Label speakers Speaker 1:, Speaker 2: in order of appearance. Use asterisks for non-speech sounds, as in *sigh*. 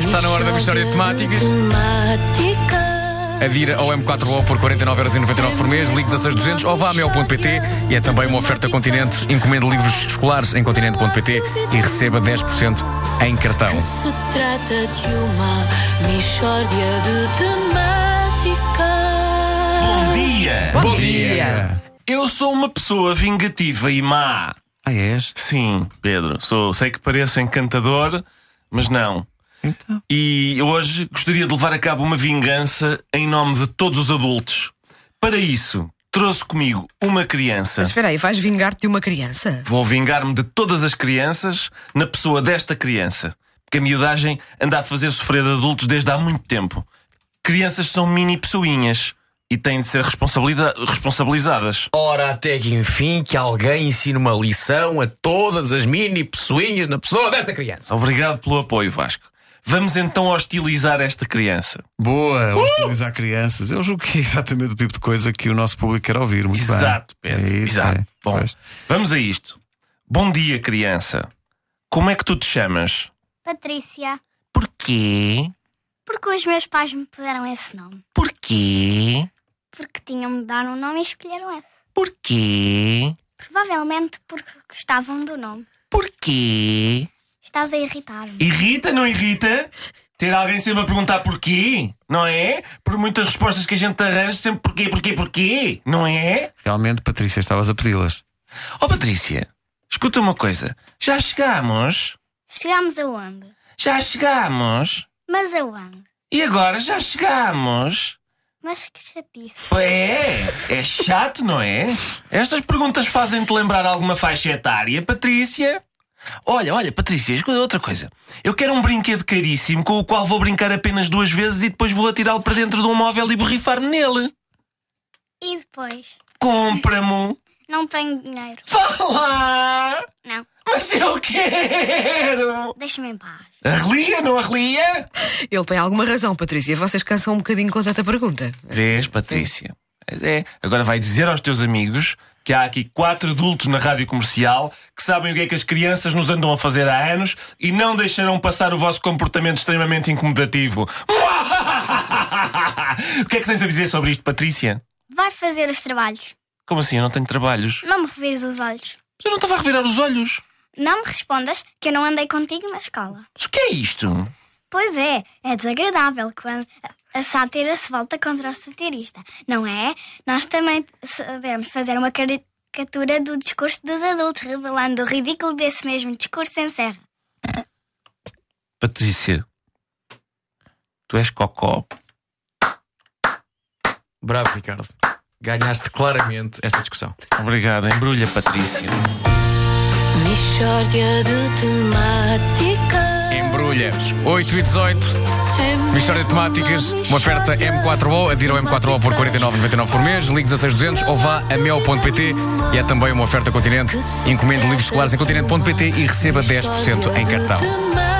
Speaker 1: Está na hora da Michórdia de Temáticas.
Speaker 2: Temáticas.
Speaker 1: Adira ao M4O por 49,99€ por mês, ligue 16200 ou vá a mel.pt e é também uma oferta Continente. Encomende livros escolares em continente.pt e receba 10% em cartão.
Speaker 2: Se trata de uma Michórdia de temáticas.
Speaker 3: Bom
Speaker 1: Um
Speaker 3: dia!
Speaker 1: Bom,
Speaker 4: É.
Speaker 3: Eu sou uma pessoa vingativa e má.
Speaker 1: Ah, és?
Speaker 3: Sim, Pedro, sou, sei que pareço encantador, mas não.
Speaker 1: Então.
Speaker 3: E hoje gostaria de levar a cabo uma vingança em nome de todos os adultos. Para isso, trouxe comigo uma criança.
Speaker 5: Mas espera aí, vais vingar-te de uma criança?
Speaker 3: Vou vingar-me de todas as crianças na pessoa desta criança. Porque a miudagem anda a fazer sofrer adultos desde há muito tempo. Crianças são mini pessoinhas e têm de ser responsabilida- responsabilizadas.
Speaker 4: Ora, até que enfim que alguém ensine uma lição a todas as mini pessoinhas na pessoa desta criança.
Speaker 3: Obrigado pelo apoio, Vasco. Vamos então hostilizar esta criança.
Speaker 6: Boa, hostilizar crianças. Eu julgo que é exatamente o tipo de coisa que o nosso público quer ouvir. Muito bem.
Speaker 3: Exato, Pedro.
Speaker 6: É isso,
Speaker 3: Exato.
Speaker 6: é.
Speaker 3: Bom,
Speaker 6: Pois.
Speaker 3: vamos a isto. Bom dia, criança. Como é que tu te chamas?
Speaker 7: Patrícia,
Speaker 3: Porquê?
Speaker 7: porque os meus pais me puseram esse nome.
Speaker 3: Porquê?
Speaker 7: Porque tinham-me dado um nome e escolheram esse.
Speaker 3: Porquê?
Speaker 7: Provavelmente porque gostavam do nome.
Speaker 3: Porquê?
Speaker 7: Estás a irritar-me.
Speaker 3: Irrita, não irrita? Ter alguém sempre a perguntar porquê, não é? Por muitas respostas que a gente arranja, sempre porquê, porquê, porquê, não é?
Speaker 6: Realmente, Patrícia, estavas a pedi-las.
Speaker 3: Ó Patrícia, escuta uma coisa. Já chegámos?
Speaker 7: Chegámos aonde?
Speaker 3: Já chegámos?
Speaker 7: Mas aonde?
Speaker 3: E agora já chegámos?
Speaker 7: Mas que chatice.
Speaker 3: É, é chato, não é? Estas perguntas fazem-te lembrar alguma faixa etária, Patrícia? Olha, olha, Patrícia, escuta outra coisa. Eu quero um brinquedo caríssimo com o qual vou brincar apenas duas vezes e depois vou atirá-lo para dentro de um móvel e borrifar-me nele.
Speaker 7: E depois?
Speaker 3: Compra-mo.
Speaker 7: Não tenho dinheiro.
Speaker 3: um. Vá lá!
Speaker 7: Não.
Speaker 3: Mas eu quero!
Speaker 7: Deixa-me em paz.
Speaker 3: Arrelia, não arrelia?
Speaker 5: Ele tem alguma razão, Patrícia. Vocês cansam um bocadinho com tanta pergunta.
Speaker 3: Vês, Patrícia? Mas é. Agora vai dizer aos teus amigos que há aqui quatro adultos na rádio comercial que sabem o que é que as crianças nos andam a fazer há anos e não deixarão passar o vosso comportamento extremamente incomodativo. *laughs* O que é que tens a dizer sobre isto, Patrícia?
Speaker 7: Vai fazer os trabalhos.
Speaker 3: Como assim? Eu não tenho trabalhos.
Speaker 7: Não me revires os olhos.
Speaker 3: Mas eu não estava a revirar os olhos.
Speaker 7: Não me respondas que eu não andei contigo na escola.
Speaker 3: Mas o que é isto?
Speaker 7: Pois é, é desagradável quando a sátira se volta contra o satirista, não é? Nós também sabemos fazer uma caricatura do discurso dos adultos, revelando o ridículo desse mesmo discurso em serra.
Speaker 3: Patrícia, tu és cocó.
Speaker 4: Bravo, Ricardo. Ganhaste claramente esta discussão.
Speaker 3: Obrigado. Embrulha, Patrícia.
Speaker 2: Michórdia de Temáticas.
Speaker 1: Embrulha. 8 e 18.
Speaker 2: É
Speaker 1: Mistória de
Speaker 2: mesmo
Speaker 1: Temáticas, uma oferta
Speaker 2: mixórdia
Speaker 1: M4O, adira ao
Speaker 2: de
Speaker 1: M4O por
Speaker 2: temáticas.
Speaker 1: 49,99 por mês, ligue 16200 ou vá a mel.pt e é também uma oferta Continente. Encomende livros escolares em continente.pt e receba 10% em cartão.
Speaker 2: Temáticas.